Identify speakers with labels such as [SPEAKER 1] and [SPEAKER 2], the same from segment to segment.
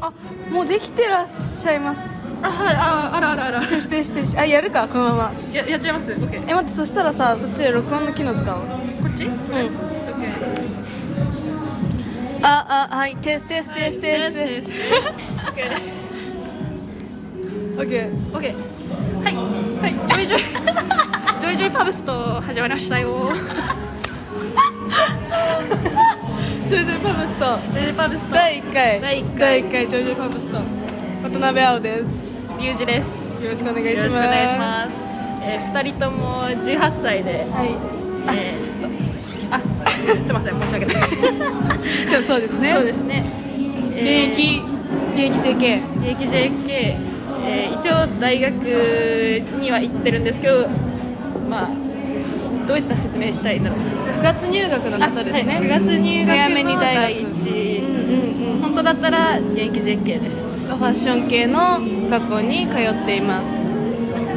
[SPEAKER 1] あもうできてらっしゃいます
[SPEAKER 2] あはいああらあらあら
[SPEAKER 1] 停止停止停止あやるかこのまま
[SPEAKER 2] ややっちゃいます OK
[SPEAKER 1] え待ってそしたらさそっちで録音の機能使おう
[SPEAKER 2] こっち
[SPEAKER 1] うん
[SPEAKER 2] ？OK
[SPEAKER 1] ああはい停止停止停止停止停
[SPEAKER 2] OK
[SPEAKER 1] 止オッケー
[SPEAKER 2] OK はいはいジョイジョイジョイジ ョイパブスト始まりましたよ
[SPEAKER 1] ジョイジョイパブスト
[SPEAKER 2] ジョイジョイパブスト
[SPEAKER 1] 第1回
[SPEAKER 2] 第一回
[SPEAKER 1] 第一回ジョイジョイパブスト渡辺青です
[SPEAKER 2] リュウジです
[SPEAKER 1] よろしくお願いし
[SPEAKER 2] よろ
[SPEAKER 1] ま
[SPEAKER 2] し
[SPEAKER 1] す
[SPEAKER 2] くお願いしますえー、2人とも18歳で、
[SPEAKER 1] はい
[SPEAKER 2] えー、あ すいません申し訳ない
[SPEAKER 1] でもそうですね
[SPEAKER 2] そうですね
[SPEAKER 1] 現
[SPEAKER 2] えー
[SPEAKER 1] 役現役 JK
[SPEAKER 2] 現役 JK、えー一応大学には行ってるんですけどまあどういった説明したいんだろう
[SPEAKER 1] 9月入学の方ですね、
[SPEAKER 2] 9月入
[SPEAKER 1] 早
[SPEAKER 2] 学
[SPEAKER 1] めに
[SPEAKER 2] の第
[SPEAKER 1] 大学
[SPEAKER 2] 一
[SPEAKER 1] うんうんうん
[SPEAKER 2] 本当だったら現役 JK です
[SPEAKER 1] ファッション系の学校に通っています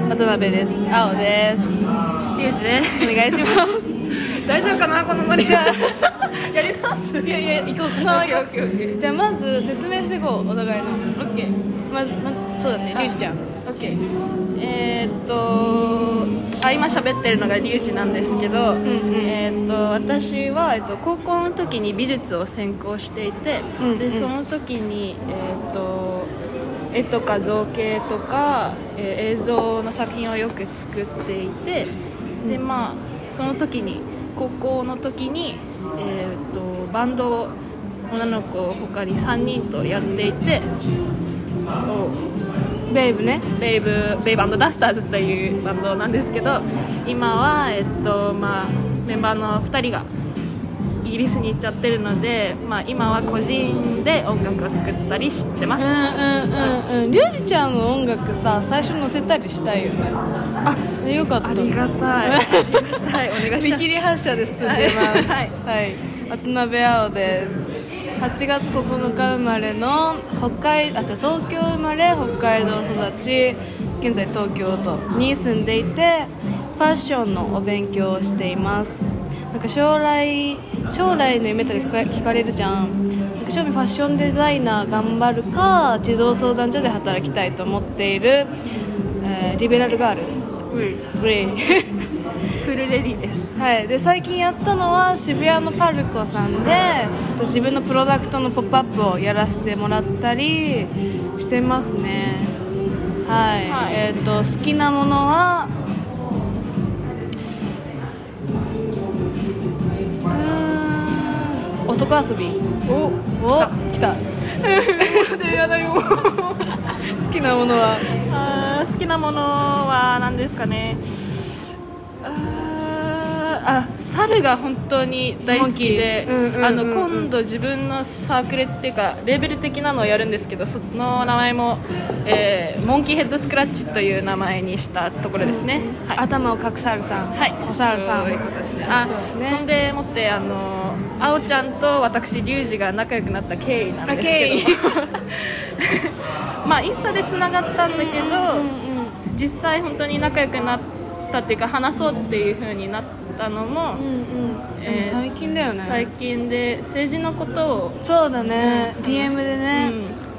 [SPEAKER 1] 渡辺です青です
[SPEAKER 2] リュウジで
[SPEAKER 1] お願いします
[SPEAKER 2] 大丈夫かなこのノリ
[SPEAKER 1] じゃ
[SPEAKER 2] やり直すいやいや 行こう
[SPEAKER 1] このまま行こう
[SPEAKER 2] OKOKOK
[SPEAKER 1] じゃあまず説明していこうお互いのまずまそうだね
[SPEAKER 2] あ
[SPEAKER 1] リュウジちゃん
[SPEAKER 2] えーっとあ今喋ってるのがリュウジなんですけど、
[SPEAKER 1] んうん
[SPEAKER 2] えーっと私は、えっと、高校の時に美術を専攻していて、
[SPEAKER 1] うんうん
[SPEAKER 2] でその時に、えーっと絵とか造形とか、えー映像の作品をよく作っていてでまあその時に高校の時に、えーっとバンドを女の子を他に3人とやっていて。
[SPEAKER 1] ベイブね
[SPEAKER 2] ベイブベイバンドダスターズというバンドなんですけど今は、えっとまあ、メンバーの2人がイギリスに行っちゃってるので、まあ、今は個人で音楽を作ったりしてます
[SPEAKER 1] うんうんうんうんリュウジちゃんの音楽さ最初に載せたりしたいよねあよかった
[SPEAKER 2] ありがたい ありがたいお願いし
[SPEAKER 1] 見
[SPEAKER 2] ま
[SPEAKER 1] 切
[SPEAKER 2] す
[SPEAKER 1] り発車で進んでます
[SPEAKER 2] はい
[SPEAKER 1] はい、渡辺青です8月9日生まれの北海あじゃあ東京生まれ北海道育ち現在東京都に住んでいてファッションのお勉強をしていますなんか将来将来の夢とか聞か聞かれるじゃんなんか正味ファッションデザイナー頑張るか児童相談所で働きたいと思っている、えーリベラルガール
[SPEAKER 2] うん
[SPEAKER 1] ウェイ
[SPEAKER 2] フルレディです
[SPEAKER 1] はい、で最近やったのは渋谷のパルコさんで自分のプロダクトのポップアップをやらせてもらったりしてますねはい、
[SPEAKER 2] はい
[SPEAKER 1] えっ、と好きなものはうーん男遊び
[SPEAKER 2] お
[SPEAKER 1] お来た
[SPEAKER 2] やだよ
[SPEAKER 1] 好きなものは
[SPEAKER 2] あー好きなものは何ですかねあーあ猿が本当に大好きで、
[SPEAKER 1] モンキーうんうんうんうん
[SPEAKER 2] あの今度自分のサークルっていうかレーベル的なのをやるんですけどその名前も、えーモンキーヘッドスクラッチという名前にしたところですね、はい
[SPEAKER 1] 頭を隠さるさん、
[SPEAKER 2] はい、
[SPEAKER 1] おさるさ
[SPEAKER 2] そういうんことですね。あ、
[SPEAKER 1] そうですね
[SPEAKER 2] そんでもってあのあおちゃんと私リュウジが仲良くなった経緯なんですけど、 まあインスタでつながったんだけ
[SPEAKER 1] うん
[SPEAKER 2] ど、
[SPEAKER 1] うん
[SPEAKER 2] 実際本当に仲良くなったっていうか話そうっていう風になったの
[SPEAKER 1] うんう
[SPEAKER 2] も、
[SPEAKER 1] ん、
[SPEAKER 2] えー
[SPEAKER 1] でも最近だよね
[SPEAKER 2] 最近で政治のことを
[SPEAKER 1] そうだね、
[SPEAKER 2] うん
[SPEAKER 1] DM でね、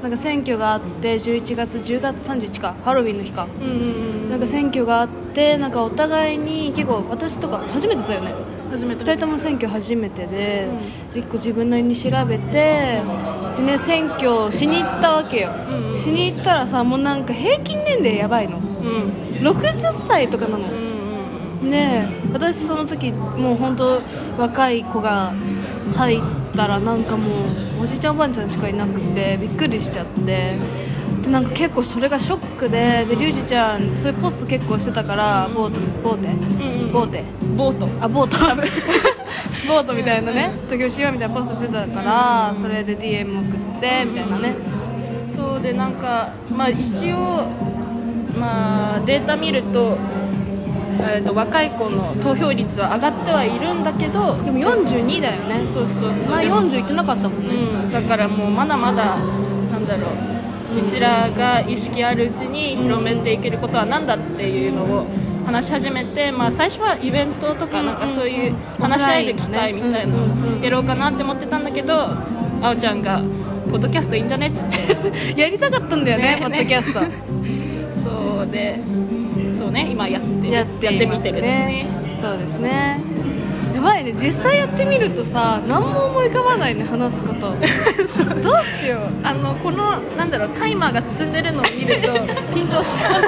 [SPEAKER 1] なんか選挙があって11月10月31かハロウィンの日か、
[SPEAKER 2] うんうん
[SPEAKER 1] なんか選挙があってなんかお互いに結構私とか初めてだよね
[SPEAKER 2] 初め
[SPEAKER 1] 2
[SPEAKER 2] て
[SPEAKER 1] 人とも選挙初めてで、一個自分なりに調べてでね選挙しに行ったわけよ、
[SPEAKER 2] うんうん
[SPEAKER 1] しに行ったらさもうなんか平均年齢やばいの
[SPEAKER 2] うんうん
[SPEAKER 1] 60歳とかなの、
[SPEAKER 2] うんうん
[SPEAKER 1] ねえ私その時もう本当若い子が入ったらなんかもうおじいちゃんおばあちゃんしかいなくてびっくりしちゃってでなんか結構それがショックででリュウジちゃんそういうポスト結構してたからボートボーテ
[SPEAKER 2] うんうん
[SPEAKER 1] ボーテ
[SPEAKER 2] ボート
[SPEAKER 1] あボート ボートみたいなね
[SPEAKER 2] うん
[SPEAKER 1] 東京しようみたいなポストしてたからそれで DM 送ってみたいなね
[SPEAKER 2] そうでなんかまあ一応まあデータ見ると,、えー、と若い子の投票率は上がってはいるんだけど
[SPEAKER 1] でも42だよね
[SPEAKER 2] そうそうそう
[SPEAKER 1] 前
[SPEAKER 2] でも
[SPEAKER 1] 40いってなかったもんね
[SPEAKER 2] うん、だからもうまだまだなんだろううちらが意識あるうちに広めていけることは何だっていうのを話し始めて、まあ、最初はイベントとかなんかそういう話し合える機会みたいなのをやろうかなって思ってたんだけどあおちゃんがポッドキャストいいんじゃねっつって
[SPEAKER 1] やりたかったんだよね
[SPEAKER 2] ね
[SPEAKER 1] ポッドキャスト、
[SPEAKER 2] そうでそうね今やって
[SPEAKER 1] やってい
[SPEAKER 2] み
[SPEAKER 1] ます
[SPEAKER 2] てる
[SPEAKER 1] ねそうですねやばいね実際やってみるとさ何も思い浮かばないね話すこと どうしよう
[SPEAKER 2] あのこのなんだろうタイマーが進んでるのを見ると緊張しちゃう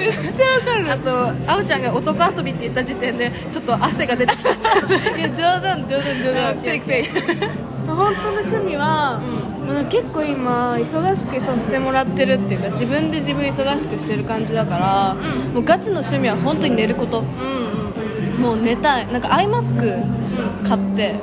[SPEAKER 1] めっちゃわかる
[SPEAKER 2] あとあおちゃんが男遊びって言った時点でちょっと汗が出てきちゃった
[SPEAKER 1] いや冗談冗談冗談
[SPEAKER 2] あ
[SPEAKER 1] フ
[SPEAKER 2] OK
[SPEAKER 1] ェイクフェイク本当の趣味は、まあ結構今忙しくさせてもらってるっていうか自分で自分忙しくしてる感じだから、
[SPEAKER 2] うん
[SPEAKER 1] もうガチの趣味は本当に寝ること
[SPEAKER 2] うんうん
[SPEAKER 1] もう寝たいなんかアイマスク買って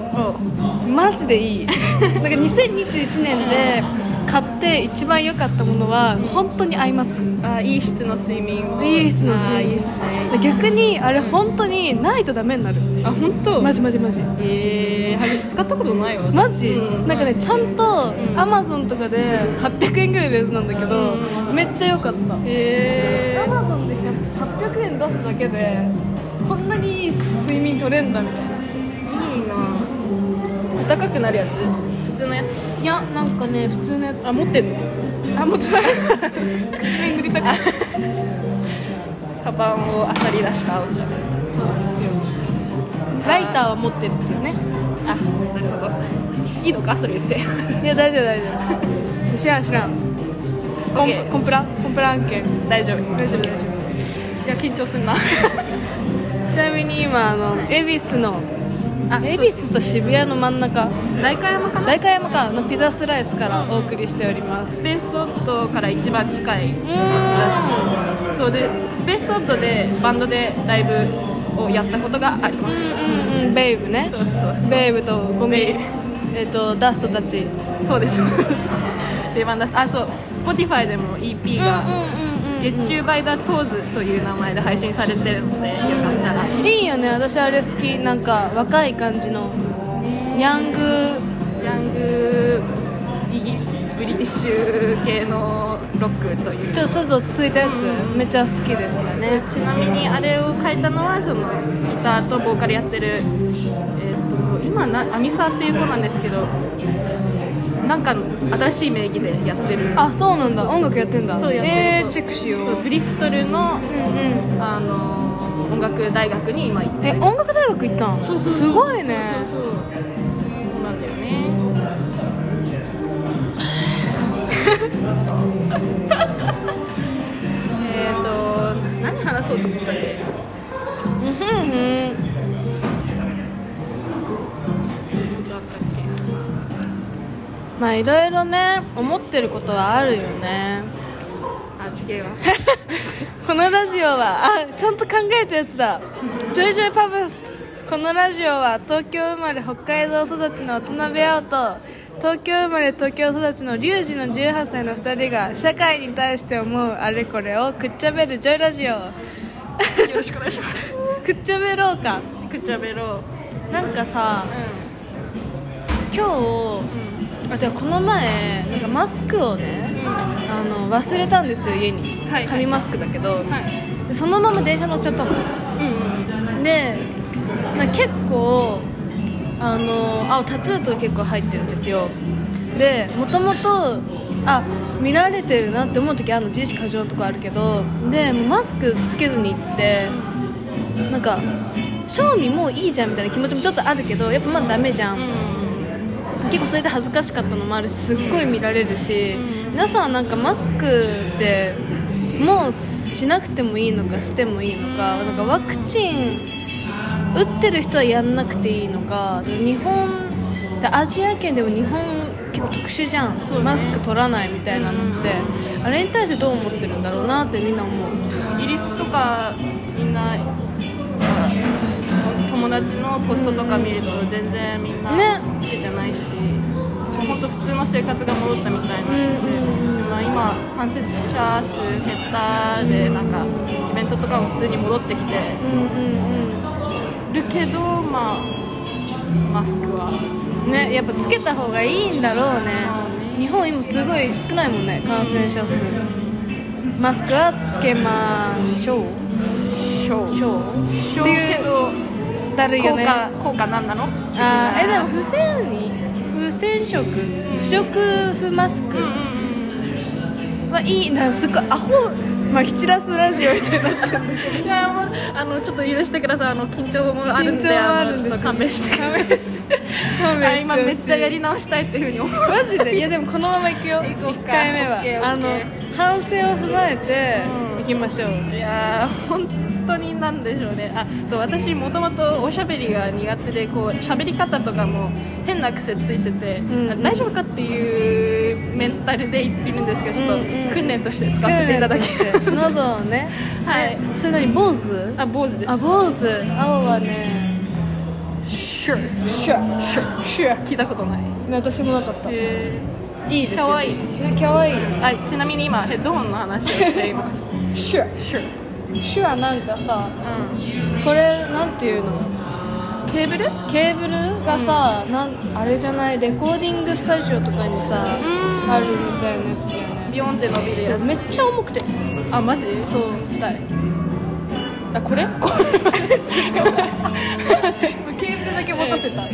[SPEAKER 1] マジでいいなんか2021年で買って一番良かったものは本当にアイマスク
[SPEAKER 2] あいい質の睡眠を
[SPEAKER 1] いい質の
[SPEAKER 2] あ
[SPEAKER 1] 睡
[SPEAKER 2] いい
[SPEAKER 1] 眠
[SPEAKER 2] ですね
[SPEAKER 1] 逆にあれ本当にないとダメになる
[SPEAKER 2] あ本当
[SPEAKER 1] マジマジマジ
[SPEAKER 2] えー、使ったことないわ
[SPEAKER 1] マジ、
[SPEAKER 2] うん
[SPEAKER 1] なんかねちゃんと
[SPEAKER 2] ん
[SPEAKER 1] アマゾンとかで800円ぐらいのやつなんだけど、
[SPEAKER 2] うん
[SPEAKER 1] めっちゃ良かった
[SPEAKER 2] えー、
[SPEAKER 1] マゾンで800円出すだけでこんなにいい睡眠取れんだみたいない
[SPEAKER 2] いな暖かくなるやつ普通のやつ
[SPEAKER 1] いやなんかね普通のやつ
[SPEAKER 2] あ持ってんの
[SPEAKER 1] あもっと 口めんぐりたくなる
[SPEAKER 2] カバンをあさり出したあおちゃん
[SPEAKER 1] そうなんですよライターは持ってるっていうね
[SPEAKER 2] あなるほどいいのかそれ言って
[SPEAKER 1] いや大丈夫大丈夫知らん知らんコン
[SPEAKER 2] OK
[SPEAKER 1] コンプラコンプラ案件
[SPEAKER 2] 大丈夫
[SPEAKER 1] 大丈夫大丈夫
[SPEAKER 2] いや緊張すん な
[SPEAKER 1] ちなみに今あの恵比寿のあ恵比寿と渋谷の真ん中
[SPEAKER 2] 代官山かな
[SPEAKER 1] 代官山かのピザスライスからお送りしております
[SPEAKER 2] スペースオットから一番近い
[SPEAKER 1] うん
[SPEAKER 2] そうでスペースオットでバンドでライブをやったことがありま
[SPEAKER 1] う
[SPEAKER 2] す、
[SPEAKER 1] んうんベイブね
[SPEAKER 2] そうそうそう
[SPEAKER 1] ベイブとゴミ
[SPEAKER 2] ベイブ
[SPEAKER 1] えっとダストたち
[SPEAKER 2] そうです出番出すあそう Spotify でも EP が「月中バイダートーズ」という名前で配信されてるのでよかったら
[SPEAKER 1] いいよね私あれ好きなんか若い感じのヤング
[SPEAKER 2] ヤングイギブリティッシュ系のロックという
[SPEAKER 1] ちょちょっと落ち着いたやつ、
[SPEAKER 2] うん
[SPEAKER 1] めっちゃ好きでしたね
[SPEAKER 2] ちなみにあれを変えたのはそのギターとボーカルやってる、えー、と今なアミサーっていう子なんですけどなんか新しい名義でやってる
[SPEAKER 1] あそうなんだ音楽やってんだ
[SPEAKER 2] そうやってる
[SPEAKER 1] え
[SPEAKER 2] そ
[SPEAKER 1] ー、
[SPEAKER 2] う
[SPEAKER 1] チェックしよう
[SPEAKER 2] そうブリストルの、
[SPEAKER 1] うん
[SPEAKER 2] あのー音楽大学に今行って
[SPEAKER 1] え音楽大学行ったん
[SPEAKER 2] そうそうそう
[SPEAKER 1] すごいね
[SPEAKER 2] そうそうそうなんだよねえっと何話そうっつったっけ
[SPEAKER 1] うんうん
[SPEAKER 2] どうだったっけ
[SPEAKER 1] まあいろいろね思ってることはあるよね
[SPEAKER 2] あ地 形は
[SPEAKER 1] このラジオはあちゃんと考えたやつだジョイジョイパブスこのラジオは東京生まれ北海道育ちの渡辺青と東京生まれ東京育ちのリュウジの18歳の2人が社会に対して思うあれこれをくっちゃべるジョイラジオ
[SPEAKER 2] よろしくお願いします
[SPEAKER 1] く っちゃべろうか
[SPEAKER 2] くちゃべろう
[SPEAKER 1] なんかさ
[SPEAKER 2] う
[SPEAKER 1] 今日あてかこの前なんかマスクをね
[SPEAKER 2] んうんは
[SPEAKER 1] あの忘れたんですよ家に、
[SPEAKER 2] はい
[SPEAKER 1] 紙マスクだけど、
[SPEAKER 2] い
[SPEAKER 1] でそのまま電車乗っちゃったの
[SPEAKER 2] うん
[SPEAKER 1] でなんか結構あのあタトゥーとか結構入ってるんですよでもともとあ見られてるなって思う時あるの自意識過剰のとこあるけどでもうマスクつけずに行ってなんか賞味もういいじゃんみたいな気持ちもちょっとあるけどやっぱまだダメじゃん結構それで恥ずかしかったのもあるしすっごい見られるし、
[SPEAKER 2] うん
[SPEAKER 1] 皆さんはなんかマスクってもうしなくてもいいのかしてもいいのか,、
[SPEAKER 2] うん
[SPEAKER 1] なんかワクチン打ってる人はやんなくていいのかで日本でアジア圏でも日本結構特殊じゃん、
[SPEAKER 2] そうね
[SPEAKER 1] マスク取らないみたいなのって、あれに対してどう思ってるんだろうなってみんな思う
[SPEAKER 2] イギリスとかみんな友達のポストとか見ると全然みんな
[SPEAKER 1] ね
[SPEAKER 2] つけてないし、そう本当普通の生活が戻ったみたいなので、
[SPEAKER 1] う
[SPEAKER 2] まあ今感染者数減ったでなんかイベントとかも普通に戻ってきて
[SPEAKER 1] うんうん
[SPEAKER 2] るけどまあマスクは
[SPEAKER 1] うんねやっぱつけた方がいいんだろうね
[SPEAKER 2] そうね
[SPEAKER 1] 日本今すごい少ないもんね感染者数、マスクはつけましょう
[SPEAKER 2] しょう
[SPEAKER 1] しょう
[SPEAKER 2] しょう
[SPEAKER 1] ってい
[SPEAKER 2] け
[SPEAKER 1] う
[SPEAKER 2] ど
[SPEAKER 1] だるいよ
[SPEAKER 2] 効
[SPEAKER 1] ね
[SPEAKER 2] 果効果なんなの
[SPEAKER 1] あーえでも不正に
[SPEAKER 2] 不
[SPEAKER 1] 不染色不織布マス
[SPEAKER 2] うんうん
[SPEAKER 1] クはいいなすごいアホまき散らすラジオみたいになってる
[SPEAKER 2] うんいやもうあのちょっと許してくださいあの緊張もあるん
[SPEAKER 1] 緊
[SPEAKER 2] で
[SPEAKER 1] 張もあ
[SPEAKER 2] あ
[SPEAKER 1] るん
[SPEAKER 2] の
[SPEAKER 1] です
[SPEAKER 2] ちょっと勘弁してくださ
[SPEAKER 1] 勘
[SPEAKER 2] い
[SPEAKER 1] 弁
[SPEAKER 2] あ
[SPEAKER 1] してほしい
[SPEAKER 2] 今めっちゃやり直したいっていうふうに思う
[SPEAKER 1] マジでいやでもこのまま行くよ
[SPEAKER 2] 行こうか
[SPEAKER 1] 1回目は
[SPEAKER 2] OK OK
[SPEAKER 1] あの反省を踏まえて
[SPEAKER 2] うん
[SPEAKER 1] 行きましょう、
[SPEAKER 2] いやー本当になんでしょうねあそう私もともとおしゃべりが苦手でこう喋り方とかも変な癖ついてて、
[SPEAKER 1] んうん
[SPEAKER 2] 大丈夫かっていうメンタルでいるんですけどちょっと
[SPEAKER 1] うんうん
[SPEAKER 2] 訓練として使わせていただき
[SPEAKER 1] 訓練として喉をね
[SPEAKER 2] はい
[SPEAKER 1] でそれなに坊主
[SPEAKER 2] あ坊主です
[SPEAKER 1] あ坊主青はね
[SPEAKER 2] シュー
[SPEAKER 1] シュシュシュ
[SPEAKER 2] 聞いたことない
[SPEAKER 1] 私もなかったい
[SPEAKER 2] へ
[SPEAKER 1] い
[SPEAKER 2] え
[SPEAKER 1] ですよ
[SPEAKER 2] かわいい
[SPEAKER 1] かわいい
[SPEAKER 2] あちなみに今ヘッドホンの話をしています
[SPEAKER 1] シュ
[SPEAKER 2] シュー
[SPEAKER 1] シュはなんかさ
[SPEAKER 2] うん
[SPEAKER 1] これなんていうの
[SPEAKER 2] ケーブルう
[SPEAKER 1] ケーブルがさ、なんあれじゃないレコーディングスタジオとかにさ、
[SPEAKER 2] ん
[SPEAKER 1] あるみたいなやつだよね
[SPEAKER 2] ビヨンって伸びる
[SPEAKER 1] そ
[SPEAKER 2] や
[SPEAKER 1] う
[SPEAKER 2] つ
[SPEAKER 1] めっちゃ重くて
[SPEAKER 2] あマジそうしたいあこれこれ
[SPEAKER 1] ケーブルだけ持たせた
[SPEAKER 2] あ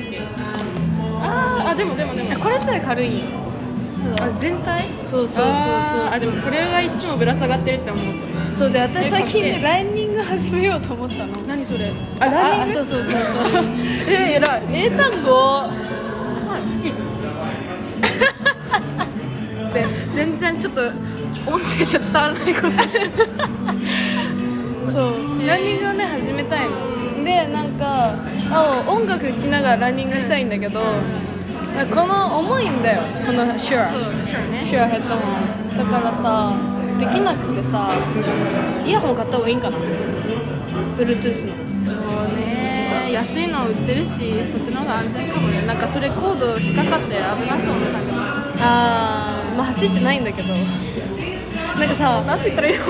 [SPEAKER 2] ーあでもでもでも
[SPEAKER 1] これ自体軽いんよ
[SPEAKER 2] あ全体
[SPEAKER 1] そうそうそうそう
[SPEAKER 2] あーあでもこれがいつもぶら下がってるって思うとね
[SPEAKER 1] そうで私
[SPEAKER 2] え
[SPEAKER 1] 最近
[SPEAKER 2] 買っ
[SPEAKER 1] ね
[SPEAKER 2] て
[SPEAKER 1] ランニング始めようと思ったの
[SPEAKER 2] 何それあランニ
[SPEAKER 1] あ
[SPEAKER 2] ング
[SPEAKER 1] そうそうそうそう
[SPEAKER 2] えー、偉い
[SPEAKER 1] 英単語
[SPEAKER 2] で全然ちょっと音声じゃ伝わらないことして
[SPEAKER 1] そうランニングをね始めたいのでなんかあ音楽聴きながらランニングしたいんだけど、なんかこの重いんだよこのシュア
[SPEAKER 2] うしょう
[SPEAKER 1] シュアヘッドホンだからさできなくてさイヤホン買った方がいいんかな Bluetooth の
[SPEAKER 2] そうね安いの売ってるしそっちの方が安全かもねなんかそれコード引っかかって危なそうな感じ
[SPEAKER 1] あーまあ走ってないんだけどなんかさ
[SPEAKER 2] なんて言ったらいいの
[SPEAKER 1] 違う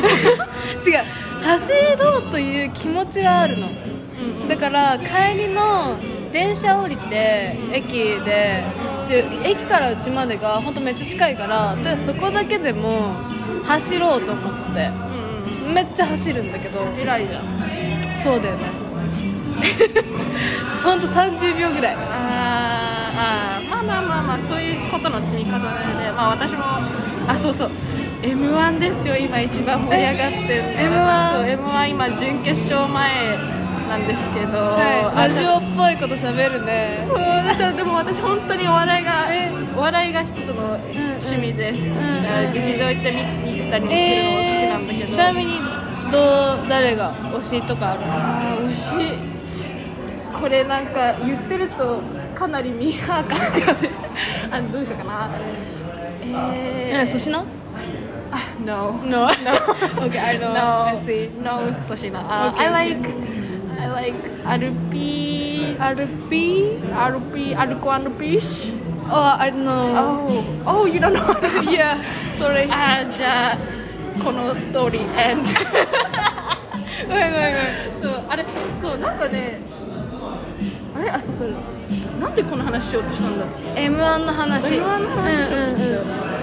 [SPEAKER 1] 走ろうという気持ちはあるのだから帰りの電車降りて駅でで駅からうちまでが本当めっちゃ近いからでそこだけでも走ろうと思って
[SPEAKER 2] うん
[SPEAKER 1] めっちゃ走るんだけど
[SPEAKER 2] うん偉いじゃん
[SPEAKER 1] そうだよね ほんと30秒ぐらい
[SPEAKER 2] あーあーまあまあまあまあそういうことの積み重ねでまあ私もあそうそう m 1ですよ今一番盛り上がってる
[SPEAKER 1] M1
[SPEAKER 2] そう m 1今準決勝前なんですけど、
[SPEAKER 1] はい
[SPEAKER 2] あ
[SPEAKER 1] ラジオっぽいこと喋るね
[SPEAKER 2] そうだからでも私本当にお笑いが
[SPEAKER 1] え
[SPEAKER 2] お笑いが一つの趣味です、
[SPEAKER 1] んうん
[SPEAKER 2] 劇場行って見見たりもするのも好きなんだけ
[SPEAKER 1] え
[SPEAKER 2] ど、
[SPEAKER 1] ー、ちなみにどう誰が推しとかある
[SPEAKER 2] あー惜しいこれなんか言ってるとかなりミーハー感がね あどうしようかなえ
[SPEAKER 1] え
[SPEAKER 2] ー、
[SPEAKER 1] 粗品
[SPEAKER 2] あ No
[SPEAKER 1] No. okay, I know.
[SPEAKER 2] No
[SPEAKER 1] I see.
[SPEAKER 2] No 粗品あ
[SPEAKER 1] Okay,
[SPEAKER 2] I
[SPEAKER 1] okay.
[SPEAKER 2] like I like アルピー
[SPEAKER 1] RP?
[SPEAKER 2] アルピーアルコアルピーシ
[SPEAKER 1] Oh, I don't know.
[SPEAKER 2] Oh Oh you don't know
[SPEAKER 1] Yeah, sorry.
[SPEAKER 2] あーじゃあこのストーリー end
[SPEAKER 1] ごめんごめんごめん。
[SPEAKER 2] そうあれそうなんかねあれあそうそうなんでこの話しようとしたんだ
[SPEAKER 1] M1 の話。
[SPEAKER 2] M1 の話しようとしたよね
[SPEAKER 1] うんうんうん。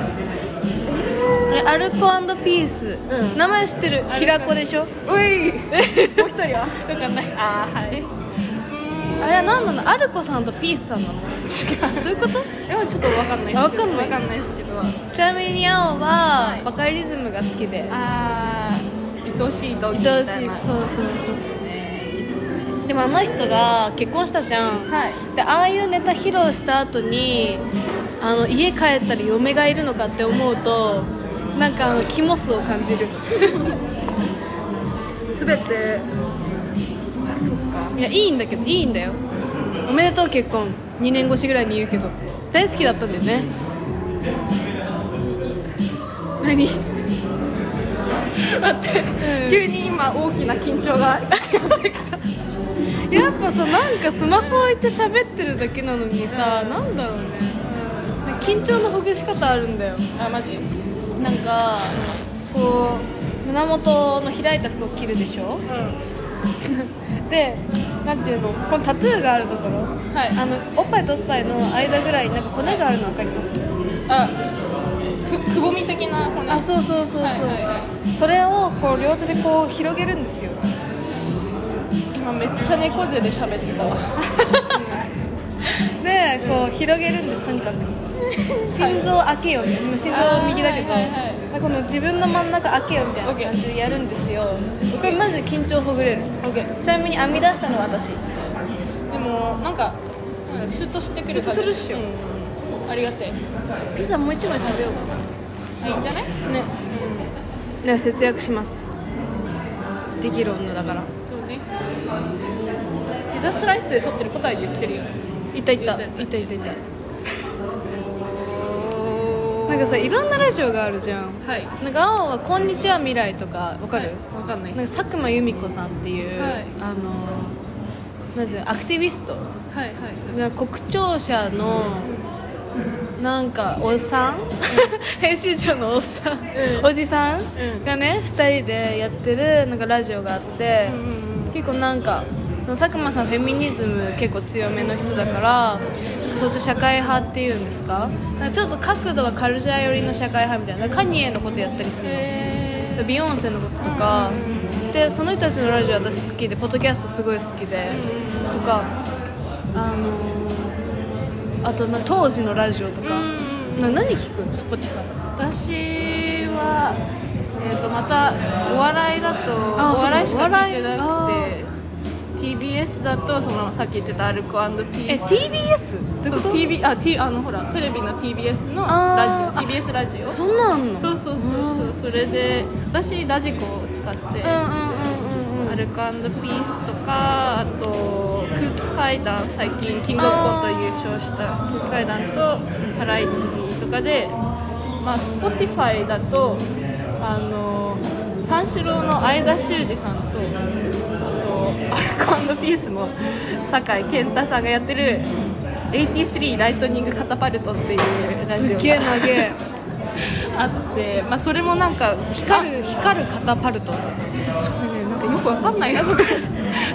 [SPEAKER 1] アルコピース、
[SPEAKER 2] うん
[SPEAKER 1] 名前知ってる平子でしょ
[SPEAKER 2] ういもう一人は
[SPEAKER 1] 分かんない
[SPEAKER 2] ああはい
[SPEAKER 1] あれは何なのアルコさんとピースさんなの違うどういうこと
[SPEAKER 2] でもちょっとわかんない
[SPEAKER 1] わかんない
[SPEAKER 2] わかんないですけど
[SPEAKER 1] ちなみに青は、
[SPEAKER 2] はい
[SPEAKER 1] バカリズムが好きで
[SPEAKER 2] ああ愛し
[SPEAKER 1] 愛
[SPEAKER 2] い時みた
[SPEAKER 1] お
[SPEAKER 2] い
[SPEAKER 1] しい
[SPEAKER 2] な
[SPEAKER 1] そうそうそうでもあの人が結婚したじゃん
[SPEAKER 2] はい
[SPEAKER 1] でああいうネタ披露した後にあの家帰ったら嫁がいるのかって思うとなんかあのキモスを感じる
[SPEAKER 2] すべてあそっか
[SPEAKER 1] いやいいんだけどいいんだよおめでとう結婚2年越しぐらいに言うけど大好きだったんだよね何
[SPEAKER 2] 待って、急に今大きな緊張が
[SPEAKER 1] やっぱさなんかスマホ置いて喋ってるだけなのにさ、なんだろうね緊張のほぐし方あるんだよ
[SPEAKER 2] あマジうん
[SPEAKER 1] なんかこう胸元の開いた服を着るでしょでなんていうのこのタトゥーがあるところ、
[SPEAKER 2] はい
[SPEAKER 1] あのおっぱいとおっぱいの間ぐらいになんか骨があるの分かります
[SPEAKER 2] あくくぼみ的な骨
[SPEAKER 1] あそうそうそうそう、
[SPEAKER 2] はいはいはい
[SPEAKER 1] それをこう両手でこう広げるんですよ
[SPEAKER 2] 今めっちゃ猫背で喋ってたわ
[SPEAKER 1] でこう広げるんですとにかく心臓開けようみたいな心臓右だけど、
[SPEAKER 2] あーはいはい
[SPEAKER 1] この自分の真ん中開けようみたいな感じでやるんですよこれマジで緊張ほぐれるちなみに編み出したのは私
[SPEAKER 2] でもなんかうんスッとしてくる感じ
[SPEAKER 1] スッとするっしょ
[SPEAKER 2] うんありがてえ
[SPEAKER 1] ピザもう一枚食べようか
[SPEAKER 2] あいいんじゃない
[SPEAKER 1] なねでは節約しますできる女だから
[SPEAKER 2] そうねピザスライスで取ってる答えで言ってるよ
[SPEAKER 1] いたいた
[SPEAKER 2] いた
[SPEAKER 1] いたいたいたなんかさいろんなラジオがあるじゃん
[SPEAKER 2] はい
[SPEAKER 1] なんか青は「こんにちは未来」とかわかる、
[SPEAKER 2] はいわかんない
[SPEAKER 1] なんか
[SPEAKER 2] です
[SPEAKER 1] 佐久間由美子さんっていう、
[SPEAKER 2] はい
[SPEAKER 1] あのなんていうのアクティビスト
[SPEAKER 2] はいはい
[SPEAKER 1] なんか国庁舎のなんかおっさん編集長のおっさん、
[SPEAKER 2] うん
[SPEAKER 1] おじさ
[SPEAKER 2] うん
[SPEAKER 1] んがね2人でやってるなんかラジオがあって、
[SPEAKER 2] うんうん
[SPEAKER 1] 結構なんかその佐久間さんフェミニズム結構強めの人だからそっち社会派っていうんですかなんかちょっと角度がカルチャー寄りの社会派みたいなカニエのことやったりするの、
[SPEAKER 2] え
[SPEAKER 1] ビヨンセのこととか、でその人たちのラジオ私好きでポッドキャストすごい好きで、とかあのーあとな当時のラジオとか、な何聞くのそこで
[SPEAKER 2] 私は、えー、とまたお笑いだと
[SPEAKER 1] あ
[SPEAKER 2] お笑いしか聞い
[SPEAKER 1] お笑
[SPEAKER 2] て
[SPEAKER 1] い
[SPEAKER 2] なくて TBS だとそのさっき言ってたアルコピ
[SPEAKER 1] え
[SPEAKER 2] ース
[SPEAKER 1] TBS どういうこと
[SPEAKER 2] TV あ、T、あのほらテレビの TBS の
[SPEAKER 1] あー
[SPEAKER 2] ラジオ TBS ラジオ
[SPEAKER 1] そんなんあんの
[SPEAKER 2] そうそうそう
[SPEAKER 1] うんうんうん
[SPEAKER 2] そうそれで私ラジコを使って、
[SPEAKER 1] うんうん
[SPEAKER 2] アルコピースとかあと空気階段最近キングオブコント優勝した空気階段とハライチとかでまあ Spotify だとあの三四郎の相田修二さんとあとアルコピースの酒井健太さんがやってる83ライトニングカタパルトっていうラ
[SPEAKER 1] す
[SPEAKER 2] ジオ
[SPEAKER 1] っげえ
[SPEAKER 2] が
[SPEAKER 1] 長え
[SPEAKER 2] あって、まあ、それもなんか
[SPEAKER 1] 光る光るカタパルト
[SPEAKER 2] そうねなんかよくわかんないな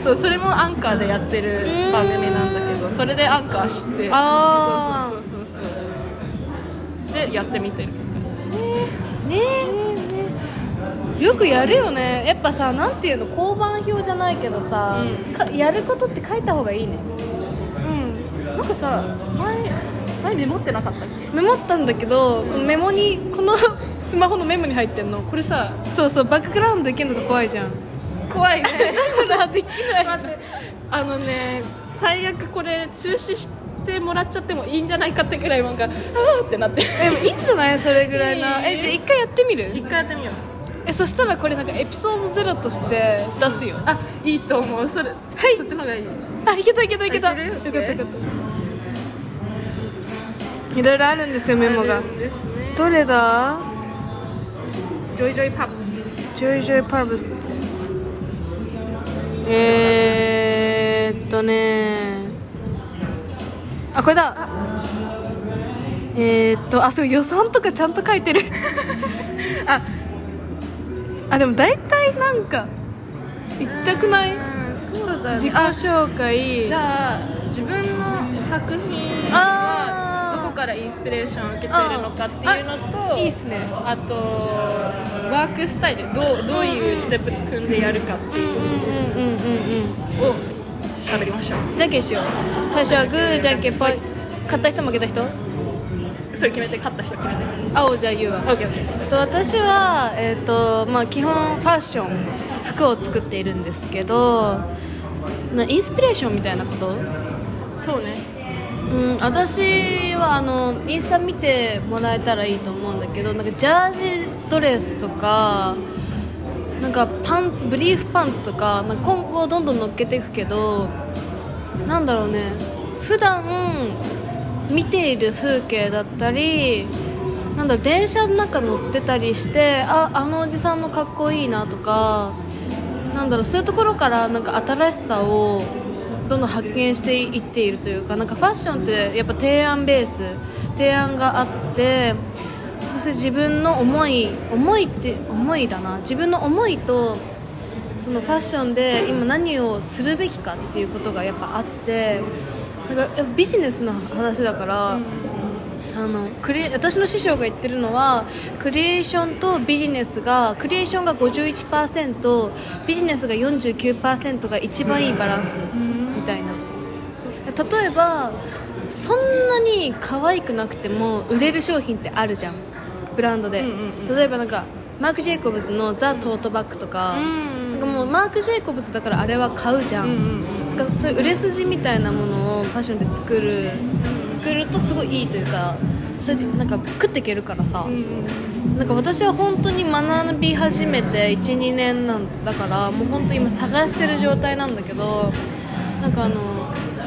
[SPEAKER 2] そうそれもアンカーでやってる番組なんだけどそれでアンカーして
[SPEAKER 1] あー
[SPEAKER 2] そうそうそうそうでやってみてる
[SPEAKER 1] ねえよくやるよねやっぱさなんていうの交番表じゃないけどさ、
[SPEAKER 2] うん
[SPEAKER 1] かやることって書いた方がいいね
[SPEAKER 2] うんなんかさ前前メモってなかったっけ
[SPEAKER 1] メモったんだけどこのメモにこの スマホのメモに入ってんの
[SPEAKER 2] これさ
[SPEAKER 1] そうそうバックグラウンドいけんのが怖いじゃん
[SPEAKER 2] 怖いね
[SPEAKER 1] だできない
[SPEAKER 2] 待ってあのね最悪これ中止してもらっちゃってもいいんじゃないかってくらいなんかああってなって
[SPEAKER 1] でもいいんじゃないそれぐらいな、
[SPEAKER 2] いい
[SPEAKER 1] えじゃあ一回やってみ
[SPEAKER 2] 一
[SPEAKER 1] る
[SPEAKER 2] 回やってみよう
[SPEAKER 1] えそしたらこれなんかエピソードゼロとして出すよ
[SPEAKER 2] あいいと思うそれ、はい、そっちの方がいい
[SPEAKER 1] あいけたいけたいけた
[SPEAKER 2] いける
[SPEAKER 1] よかったよかったいろいろあるんですよメモ
[SPEAKER 2] あ
[SPEAKER 1] が
[SPEAKER 2] るんですね
[SPEAKER 1] どれだ
[SPEAKER 2] ジョイジョイパブス。
[SPEAKER 1] ジョイジョイパブスえー、っとねあこれだえー、っとあそう予算とかちゃんと書いてる
[SPEAKER 2] あ、
[SPEAKER 1] あでも大体なんか行きたくない
[SPEAKER 2] そうだ
[SPEAKER 1] 自己
[SPEAKER 2] ね。あ、
[SPEAKER 1] 紹介
[SPEAKER 2] じゃあ自分の作品
[SPEAKER 1] あ
[SPEAKER 2] は
[SPEAKER 1] ー
[SPEAKER 2] どこからインスピレーションを受けているのかっていうのと、
[SPEAKER 1] いいっすね
[SPEAKER 2] あとワークスタイル、どうどういうステップ踏んでやるか
[SPEAKER 1] うんうんうんうんうんうん
[SPEAKER 2] を喋りましょう。
[SPEAKER 1] じゃんけんしよう最初はグーじゃんけんぽい勝った人負けた人
[SPEAKER 2] それ決めて勝った人決めて。オ
[SPEAKER 1] 青じゃあ言うわ
[SPEAKER 2] ッケーオッケー。
[SPEAKER 1] えっと私は、えっとまあ、基本ファッション服を作っているんですけどなインスピレーションみたいなこと、
[SPEAKER 2] そうね。
[SPEAKER 1] うん、私はあのインスタ見てもらえたらいいと思うんだけどなんかジャージドレスとかなんかパンツブリーフパンツとかなんか今後どんどん乗っけていくけどなんだろうね普段見ている風景だったりなんだろう電車の中乗ってたりしてああのおじさんのかっこいいなとかなんだろうそういうところからなんか新しさをどんどん発見していっているというかなんかファッションってやっぱ提案ベース提案があってそして自分の思い思いって思いだな自分の思いとそのファッションで今何をするべきかっていうことがやっぱあってなんかやっぱビジネスの話だから、あのクリエ私の師匠が言ってるのはクリエーションとビジネスがクリエーションが51%ビジネスが49%が一番いいバランスみたいな例えばそんなに可愛くなくても売れる商品ってあるじゃんブランドで、
[SPEAKER 2] うんうんうん
[SPEAKER 1] 例えばなんかマーク・ジェイコブズのザ・トートバッグとか,、なんかもうマーク・ジェイコブズだからあれは買うじゃ
[SPEAKER 2] うんうん
[SPEAKER 1] なんかそういう売れ筋みたいなものをファッションで作る作るとすごいいいというかそれでなんか食っていけるからさ、
[SPEAKER 2] うんうん
[SPEAKER 1] なんか私は本当に学び始めて12年なんだからもう本当今探してる状態なんだけどなんかあの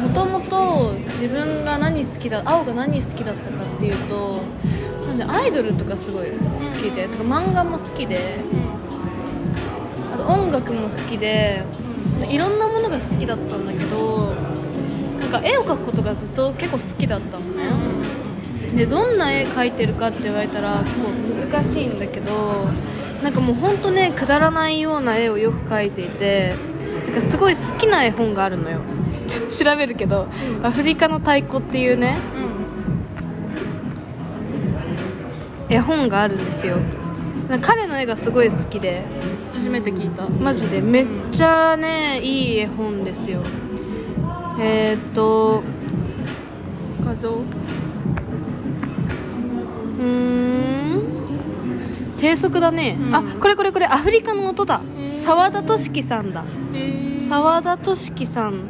[SPEAKER 1] もともと自分が何好きだ青が何好きだったかっていうとなんでアイドルとかすごい好きでとか漫画も好きであと音楽も好きでいろんなものが好きだったんだけどなんか絵を描くことがずっと結構好きだったのね、でどんな絵描いてるかって言われたら結構難しいんだけどなんかもうほんとねくだらないような絵をよく描いていてなんかすごい好きな絵本があるのよ 調べるけど、
[SPEAKER 2] うん
[SPEAKER 1] アフリカの太鼓っていうね絵本があるんですよなんか彼の絵がすごい好きで
[SPEAKER 2] 初めて聞いた
[SPEAKER 1] マジでめっちゃねいい絵本ですよえー、っと
[SPEAKER 2] 画像
[SPEAKER 1] うーん低速だね、
[SPEAKER 2] うん
[SPEAKER 1] あこれこれこれアフリカの音だ
[SPEAKER 2] へー
[SPEAKER 1] 澤田俊樹さんだ澤田俊樹さん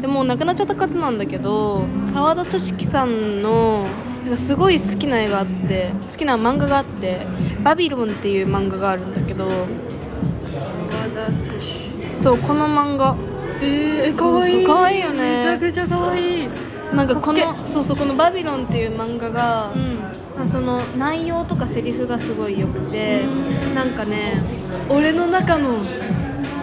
[SPEAKER 1] でもう亡くなっちゃった方なんだけど澤田俊樹さんのなんかすごい好きな絵があって好きな漫画があって「バビロン」っていう漫画があるんだけどそうこの漫画
[SPEAKER 2] えー、か
[SPEAKER 1] 可
[SPEAKER 2] わ
[SPEAKER 1] 愛
[SPEAKER 2] い
[SPEAKER 1] い
[SPEAKER 2] い
[SPEAKER 1] め
[SPEAKER 2] め
[SPEAKER 1] ち
[SPEAKER 2] ち
[SPEAKER 1] ゃ
[SPEAKER 2] ゃ
[SPEAKER 1] く
[SPEAKER 2] くちゃかわいい
[SPEAKER 1] なんかこ
[SPEAKER 2] かっ
[SPEAKER 1] のそうそうこの「バビロン」っていう漫画が、まあその内容とかセリフがすごい良くて
[SPEAKER 2] うん
[SPEAKER 1] なんかね俺の中の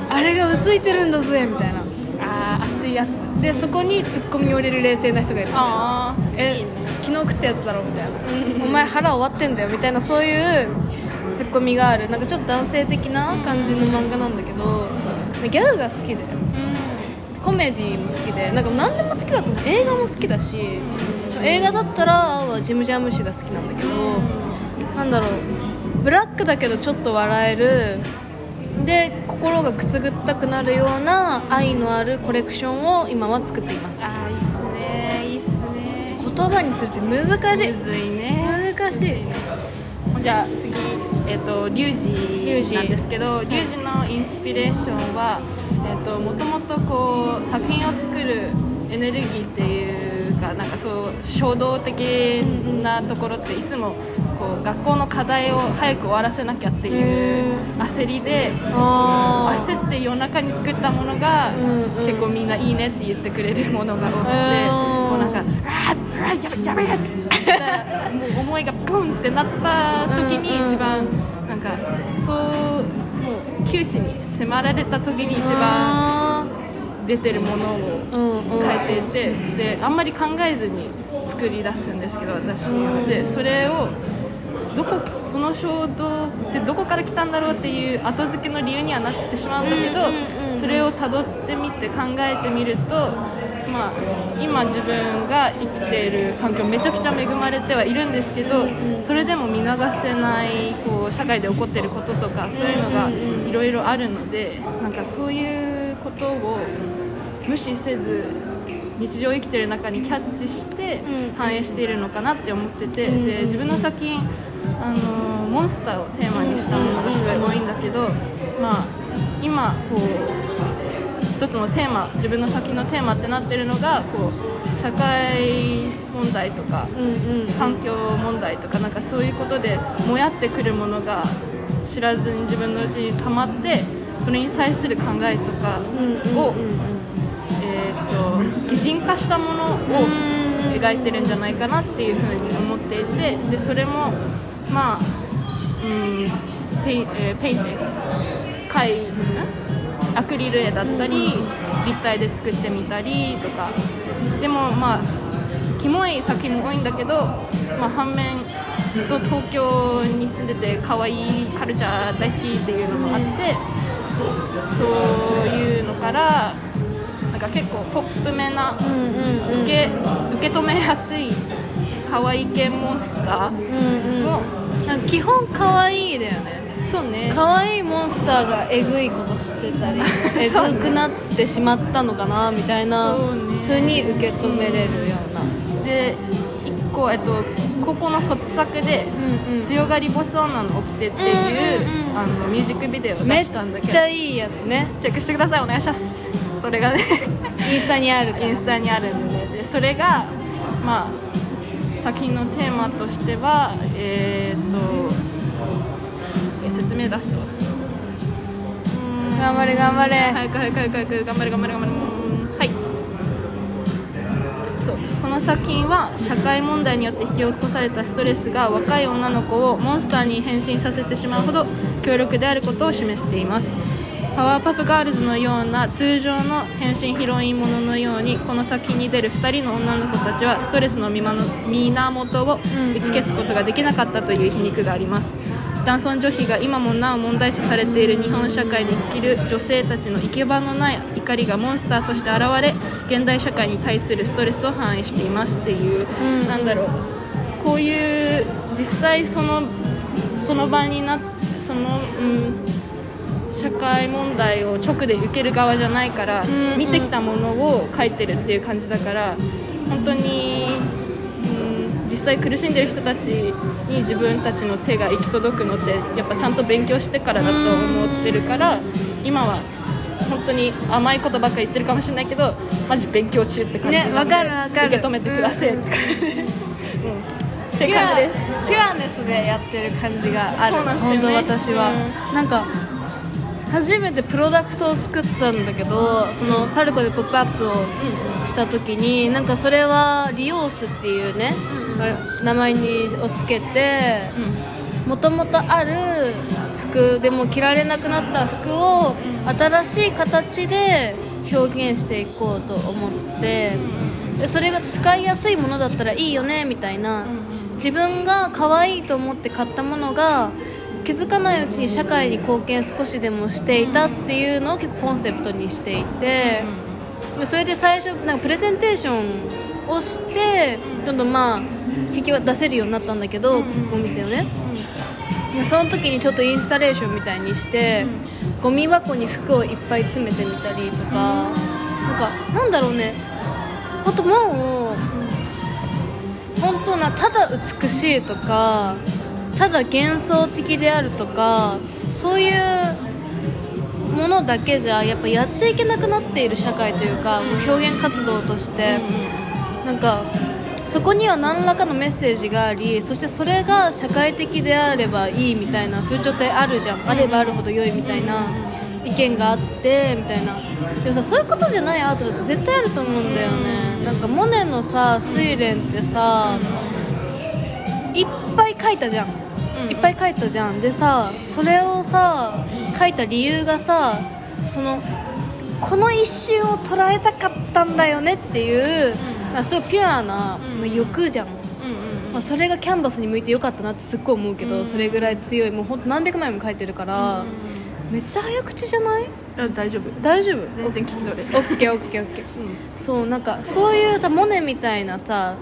[SPEAKER 1] あれがうついてるんだぜみたいな
[SPEAKER 2] ああ熱いやつ
[SPEAKER 1] でそこにツッコミを入れる冷静な人がいるみたいな
[SPEAKER 2] あ
[SPEAKER 1] え昨日食ったやつだろみたいなお前腹終わってんだよみたいなそういうツッコミがあるなんかちょっと男性的な感じの漫画なんだけどギャグが好きで
[SPEAKER 2] あ
[SPEAKER 1] コメディも好きでなんか何でも好きだと思う映画も好きだし映画だったら青はジム・ジャームシュが好きなんだけど、なんだろうブラックだけどちょっと笑えるで心がくすぐったくなるような愛のあるコレクションを今は作っています
[SPEAKER 2] あーいいっすねいいっすね
[SPEAKER 1] 言葉にするって難しい
[SPEAKER 2] むずいね
[SPEAKER 1] 難しい
[SPEAKER 2] じゃあ次えっ、とリュ
[SPEAKER 1] リュウ
[SPEAKER 2] ウ
[SPEAKER 1] ジ
[SPEAKER 2] ジなんですけどリュウジのインスピレーションはえっ、ともともとこう作品を作るエネルギーっていうかなんかそう衝動的なところっていつもこう学校の課題を早く終わらせなきゃって
[SPEAKER 1] へ
[SPEAKER 2] いう焦りで
[SPEAKER 1] あー
[SPEAKER 2] 焦って夜中に作ったものが、
[SPEAKER 1] うんうん
[SPEAKER 2] 結構みんないいねって言ってくれるものが多くて、
[SPEAKER 1] へー
[SPEAKER 2] こうなんか「あーあーやべやべえやつ」って言ったらもう思いがブンってなった時
[SPEAKER 1] うんうん
[SPEAKER 2] に一番なんかそうもう窮地に迫られた時に一番
[SPEAKER 1] あ
[SPEAKER 2] 出てるものを
[SPEAKER 1] ーうんうん
[SPEAKER 2] 変えていてであんまり考えずに作り出すんですけど私
[SPEAKER 1] うん
[SPEAKER 2] でそれをどこその衝動ってどこから来たんだろうっていう後付けの理由にはなってしまうんだけ
[SPEAKER 1] う
[SPEAKER 2] ど、
[SPEAKER 1] んうんうんうん
[SPEAKER 2] それをたどってみて考えてみると、まあ、今自分が生きている環境めちゃくちゃ恵まれてはいるんですけど、それでも見逃せないこう社会で起こっていることとかそういうのがいろいろあるのでなんかそういうことを無視せず日常生きてる中にキャッチして
[SPEAKER 1] うん
[SPEAKER 2] 反映しているのかなって思ってて、
[SPEAKER 1] うん
[SPEAKER 2] で自分の作品あのモンスターをテーマにしたものがすごい多いんだけど、まあ、今こう一つのテーマ自分の作品のテーマってなってるのがこう社会問題とか
[SPEAKER 1] うんうん
[SPEAKER 2] 環境問題とかなんかそういうことでもやってくるものが知らずに自分のうちに溜まってそれに対する考えとかを、
[SPEAKER 1] うんうんうん
[SPEAKER 2] えー、と擬人化したものを描いてるんじゃないかなっていうふうに思っていてでそれもまあ、うんペイえーペインティング貝んアクリル絵だったり立体で作ってみたりとかでもまあキモい作品も多いんだけど、まあ、反面ずっと東京に住んでて可愛いカルチャー大好きっていうのもあってそういうのからなんか結構ポップめな
[SPEAKER 1] うんうんうん
[SPEAKER 2] 受け受け止めやすい可愛い系モンスター
[SPEAKER 1] うんうん
[SPEAKER 2] も
[SPEAKER 1] なんか基本可愛いだよね
[SPEAKER 2] そうね
[SPEAKER 1] 可愛いモンスターがえぐいことしてたりえぐくなってしまったのかなみたいな
[SPEAKER 2] そうね
[SPEAKER 1] ふうに受け止めれるような
[SPEAKER 2] で1個、えっと、高校の卒作で
[SPEAKER 1] うんうん
[SPEAKER 2] 強がりボス女の起きてっていう,、
[SPEAKER 1] うんうんうん
[SPEAKER 2] あのミュージックビデオを
[SPEAKER 1] め
[SPEAKER 2] 出
[SPEAKER 1] っ
[SPEAKER 2] したんだけど
[SPEAKER 1] ちゃいいやつね
[SPEAKER 2] チェックしてくださいお願いしますそ れがね
[SPEAKER 1] インスタにあるから
[SPEAKER 2] インスタにあるんで,、ね、でそれがまあ作品のテーマとしてはえー、っとえ説明出すわうーん
[SPEAKER 1] 頑張れ頑張れ、
[SPEAKER 2] 早く早く早く早く頑張れ頑張れ頑張れうーんはいそうこの作品は社会問題によって引き起こされたストレスが若い女の子をモンスターに変身させてしまうほど強力であることを示していますパワーパフガールズのような通常の変身ヒロインもののようにこの作品に出る2人の女の子たちはストレスの見まの源を打ち消すことができなかったという皮肉があります男尊女卑が今もなお問題視されている日本社会で生きる女性たちの行き場のない怒りがモンスターとして現れ現代社会に対するストレスを反映していますっていう、
[SPEAKER 1] うん
[SPEAKER 2] なんだろうこういう実際そのその場になその、うん、社会問題を直で受ける側じゃないから、
[SPEAKER 1] んうん
[SPEAKER 2] 見てきたものを書いてるっていう感じだから本当に、うん、実際苦しんでる人たちに自分たちの手が行き届くのってやっぱちゃんと勉強してからだと思ってるから今は本当に甘いことばっか言ってるかもしれないけどマジ勉強中って感じなので
[SPEAKER 1] ねわかるわかる
[SPEAKER 2] 受け止めてください、
[SPEAKER 1] う
[SPEAKER 2] うんん、って
[SPEAKER 1] ピュア
[SPEAKER 2] 感じです
[SPEAKER 1] ピュアネスでやってる感じがある
[SPEAKER 2] そうなんですよね
[SPEAKER 1] 本当私は、なんか初めてプロダクトを作ったんだけどそのパルコで「ポップアップをした時になんかそれはリオースっていうね、名前にをつけてもともとある服でも着られなくなった服を新しい形で表現していこうと思ってでそれが使いやすいものだったらいいよねみたいな自分が可愛いと思って買ったものが気づかないうちに社会に貢献少しでもしていたっていうのを結構コンセプトにしていて。まあそれで最初なんかプレゼンテーションをしてどんどんまあ引き出せるようになったんだけど、
[SPEAKER 2] うん
[SPEAKER 1] お店をねでその時にちょっとインスタレーションみたいにして、ゴミ箱に服をいっぱい詰めてみたりとか、なんかなんだろうねあともう本当なただ美しいとかただ幻想的であるとかそういうものだけじゃやっぱやっていけなくなっている社会というか、もう表現活動として、なんかそこには何らかのメッセージがありそしてそれが社会的であればいいみたいな風潮ってあるじゃんあればあるほど良いみたいな意見があってみたいなでもさそういうことじゃないアートだって絶対あると思うんだよねなんかモネのさ「睡蓮」ってさいっぱい描いたじゃんいっぱい書いたじゃんでさそれをさ書いた理由がさそのこの一瞬を捉えたかったんだよねっていう、
[SPEAKER 2] うん
[SPEAKER 1] なんかすごいピュアな、
[SPEAKER 2] うん
[SPEAKER 1] まあ欲じゃん、まあ、それがキャンバスに向いてよかったなってすっごい思うけど、
[SPEAKER 2] うん
[SPEAKER 1] それぐらい強いもうほんと何百枚も書いてるから、めっちゃ早口じゃない
[SPEAKER 2] 大丈夫
[SPEAKER 1] 大丈夫
[SPEAKER 2] 全然聞き取れ
[SPEAKER 1] オッケーオッケーオッケーそうなんかそういうさモネみたいなさ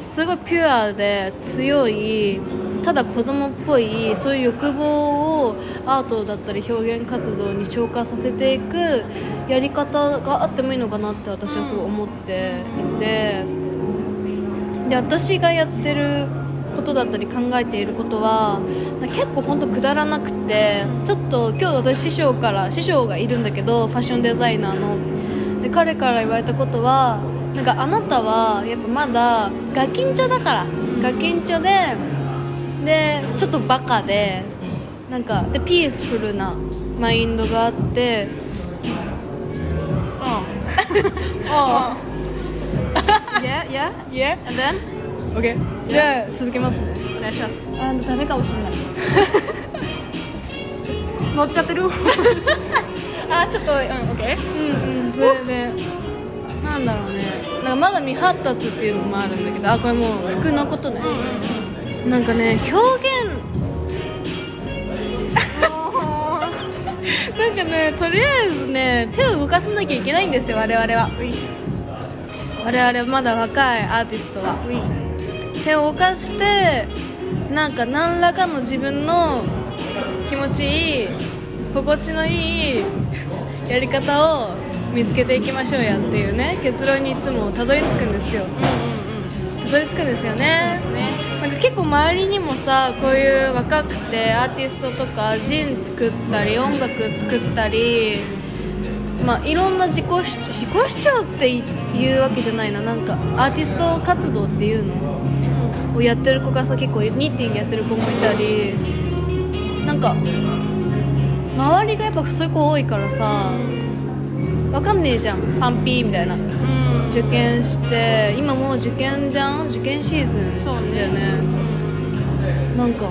[SPEAKER 1] すごいピュアで強いただ子供っぽいそういう欲望をアートだったり表現活動に昇華させていくやり方があってもいいのかなって私はすごい思っていてで私がやってることだったり考えていることはなんか結構本当くだらなくてちょっと今日私師匠から師匠がいるんだけどファッションデザイナーの。で彼から言われたことはなんかあなたはやっぱまだガキンチョだからガキンチョででちょっとバカでなんかでピースフルなマインドがあってあ
[SPEAKER 2] Yeah, yeah,
[SPEAKER 1] あいえ
[SPEAKER 2] and then?
[SPEAKER 1] OK じゃあ続けますね
[SPEAKER 2] お願いします。
[SPEAKER 1] あーダメかもしれない
[SPEAKER 2] 乗っちゃってる。 あ、ちょっと、うん、オッケー。
[SPEAKER 1] うんうんそれでなんだろうねなんかまだ未発達っていうのもあるんだけどあこれもう服のことね、なんかね表現なんかねとりあえずね手を動かさなきゃいけないんですよ我々は
[SPEAKER 2] うい、
[SPEAKER 1] 我々まだ若いアーティストは
[SPEAKER 2] うい、
[SPEAKER 1] 手を動かしてなんか何らかの自分の気持ちいい心地のいいやり方を見つけていきましょうやっていうね結論にいつもたどり着くんですよ
[SPEAKER 2] う
[SPEAKER 1] たどり着くんですよね
[SPEAKER 2] そうですね
[SPEAKER 1] なんか結構周りにもさこういう若くてアーティストとか人作ったり音楽作ったりまあいろんな自己主自己主張ってい言うわけじゃないななんかアーティスト活動っていうのをやってる子がさ結構ニッティングやってる子もいたりなんか周りがやっぱそういう子多いからさわかんねえじゃんパンピーみたいな
[SPEAKER 2] うん
[SPEAKER 1] 受験して今もう受験じゃん受験シーズン
[SPEAKER 2] そうね
[SPEAKER 1] だよねなんか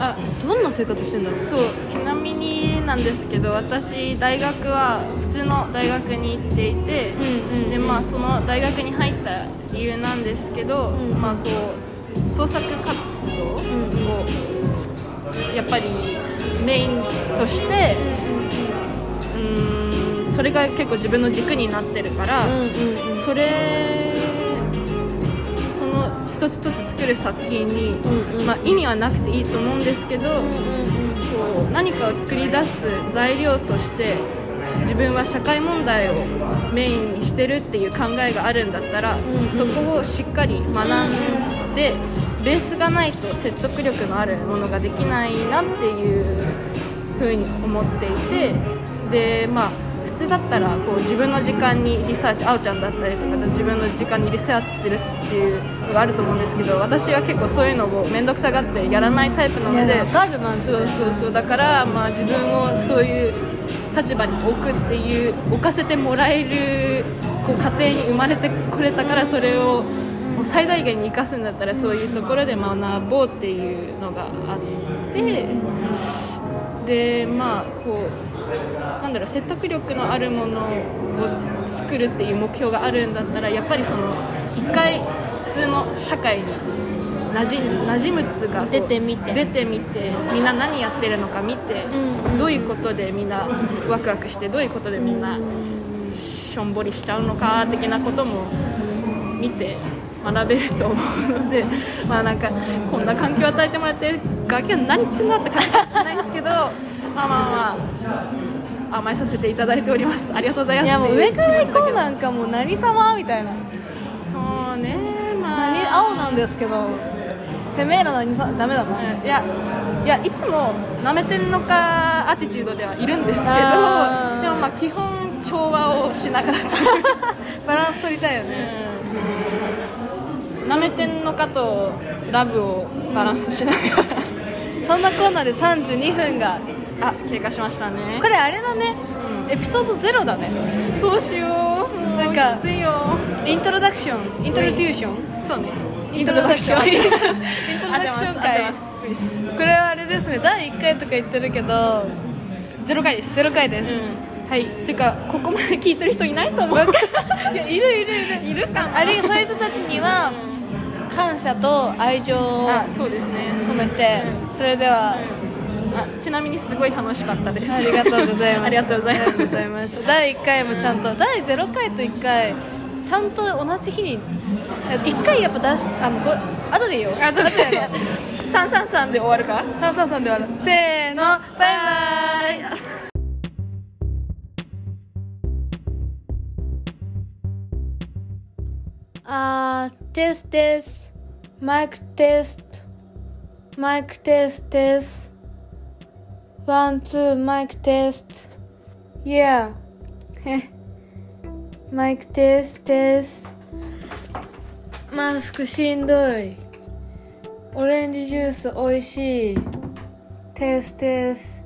[SPEAKER 2] あ
[SPEAKER 1] どんな生活してんだろう
[SPEAKER 2] そうちなみになんですけど私大学は普通の大学に行っていて、
[SPEAKER 1] うんうん
[SPEAKER 2] でまあその大学に入った理由なんですけど、
[SPEAKER 1] うん
[SPEAKER 2] まあこう創作活動
[SPEAKER 1] ん
[SPEAKER 2] をやっぱりメインとしてうーんそれが結構自分の軸になってるから、
[SPEAKER 1] うんうんうん
[SPEAKER 2] それその一つ一つ作る作品に、
[SPEAKER 1] うんうん
[SPEAKER 2] まあ、意味はなくていいと思うんですけど、こう何かを作り出す材料として自分は社会問題をメインにしてるっていう考えがあるんだったら、
[SPEAKER 1] ん
[SPEAKER 2] そこをしっかり学んで、ベースがないと説得力のあるものができないなっていうふうに思っていてでまあ普通だったらこう自分の時間にリサーチあおちゃんだったりとかで自分の時間にリサーチするっていうのがあると思うんですけど私は結構そういうのを面倒くさがってやらないタイプなの
[SPEAKER 1] い
[SPEAKER 2] で
[SPEAKER 1] やわかるマジで
[SPEAKER 2] そうそうそうだから、まあ、自分をそういう立場に置くっていう置かせてもらえるこう家庭に生まれてこれたからそれをもう最大限に生かすんだったらそういうところで学ぼうっていうのがあってでまあこうなんだろう説得力のあるものを作るっていう目標があるんだったらやっぱりその一回普通の社会に馴染む馴染むっつうかこう
[SPEAKER 1] 出てみて
[SPEAKER 2] 出てみてみんな何やってるのか見て、
[SPEAKER 1] うんうん
[SPEAKER 2] どういうことでみんなワクワクしてどういうことでみんなしょんぼりしちゃうのか的なことも見て学べると思うので まあなんかこんな環境を与えてもらってガキは何言ってんだって感じはしないんですけど まあまあまあ甘えさせていただいておりますありがとうございます
[SPEAKER 1] いやもう上から行こう
[SPEAKER 2] な
[SPEAKER 1] なんかもう何様みたいな
[SPEAKER 2] そうねまあ
[SPEAKER 1] 何青なんですけどてめえら何さダメだない
[SPEAKER 2] やいやいつもなめてんのかアティチュードではいるんですけど
[SPEAKER 1] あー
[SPEAKER 2] でもまあ基本調和をしながら
[SPEAKER 1] バランス取りたいよね
[SPEAKER 2] なめてんのかとラブをバランスしながら
[SPEAKER 1] そんなコーナーで32分が
[SPEAKER 2] あ経過しましたね
[SPEAKER 1] これあれだね
[SPEAKER 2] うん
[SPEAKER 1] エピソード0だね
[SPEAKER 2] そうしような
[SPEAKER 1] なんか
[SPEAKER 2] きついよ
[SPEAKER 1] イントロダクションイントロデューション
[SPEAKER 2] そうね
[SPEAKER 1] イントロダクションイントロダ
[SPEAKER 2] イントロ
[SPEAKER 1] ク
[SPEAKER 2] ダク
[SPEAKER 1] シ
[SPEAKER 2] シ
[SPEAKER 1] ョ
[SPEAKER 2] ョ
[SPEAKER 1] ン
[SPEAKER 2] ン
[SPEAKER 1] 会
[SPEAKER 2] 会
[SPEAKER 1] これはあれですね第1回とか言ってるけど
[SPEAKER 2] ゼロ回です
[SPEAKER 1] ゼロ回です
[SPEAKER 2] うんはいていうかここまで聞いてる人いないと思う いやいるいるいるいるかな
[SPEAKER 1] あれそういう人たちには感謝と愛情を
[SPEAKER 2] あそうですね
[SPEAKER 1] 込めてそれでは
[SPEAKER 2] あちなみにすごい楽しかったです
[SPEAKER 1] ありがとうございます
[SPEAKER 2] ありがとうござい
[SPEAKER 1] ありがとうご
[SPEAKER 2] ま
[SPEAKER 1] ざいました第1回もちゃんと第0回と1回ちゃんと同じ日に1回やっぱ出しあのごあとでいいよ
[SPEAKER 2] すあどうぞ
[SPEAKER 1] 後でやろう
[SPEAKER 2] 三三三で終わるか
[SPEAKER 1] さあさあさあで終わるせーのバイバイ
[SPEAKER 2] イバイ
[SPEAKER 1] あー、テステス。マイクテスト。マイクテストです。ワン、ツー、マイクテスト。Yeah. へマイクテストです。マスクしんどい。オレンジジュースおいしい。テストです。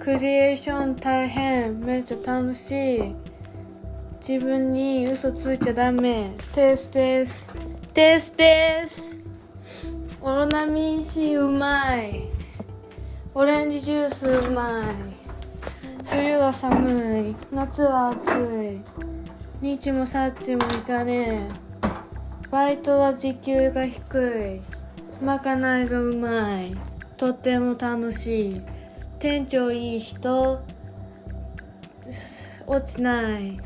[SPEAKER 1] クリエーション大変。めっちゃ楽しい。自分に嘘ついちゃダメテスですテスですオロナミン C うまいオレンジジュースうまい冬は寒い夏は暑い日もさっちもいかねえバイトは時給が低いまかないがうまいとっても楽しい店長いい人落ちない